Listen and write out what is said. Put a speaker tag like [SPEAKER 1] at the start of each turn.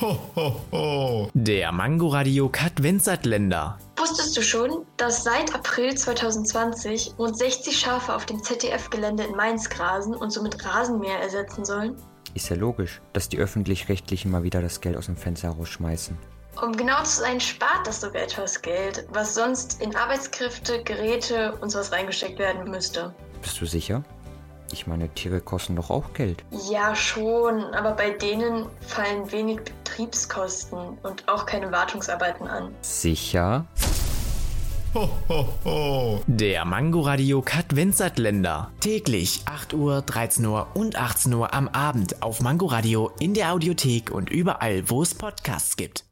[SPEAKER 1] Ho, ho, ho. Der Mangoradiokat Winzertländer.
[SPEAKER 2] Wusstest du schon, dass seit April 2020 rund 60 Schafe auf dem ZDF-Gelände in Mainz grasen und somit Rasenmäher ersetzen sollen?
[SPEAKER 3] Ist ja logisch, dass die Öffentlich-Rechtlichen mal wieder das Geld aus dem Fenster rausschmeißen.
[SPEAKER 2] Um genau zu sein, spart das sogar etwas Geld, was sonst in Arbeitskräfte, Geräte und sowas reingesteckt werden müsste.
[SPEAKER 3] Bist du sicher? Ich meine, Tiere kosten doch auch Geld.
[SPEAKER 2] Ja, schon, aber bei denen fallen wenig Betriebskosten und auch keine Wartungsarbeiten an.
[SPEAKER 3] Sicher?
[SPEAKER 1] Ho, ho, ho. Der Mangoradio-Cut Wenzertländer. Täglich 8 Uhr, 13 Uhr und 18 Uhr am Abend auf Mangoradio in der Audiothek und überall, wo es Podcasts gibt.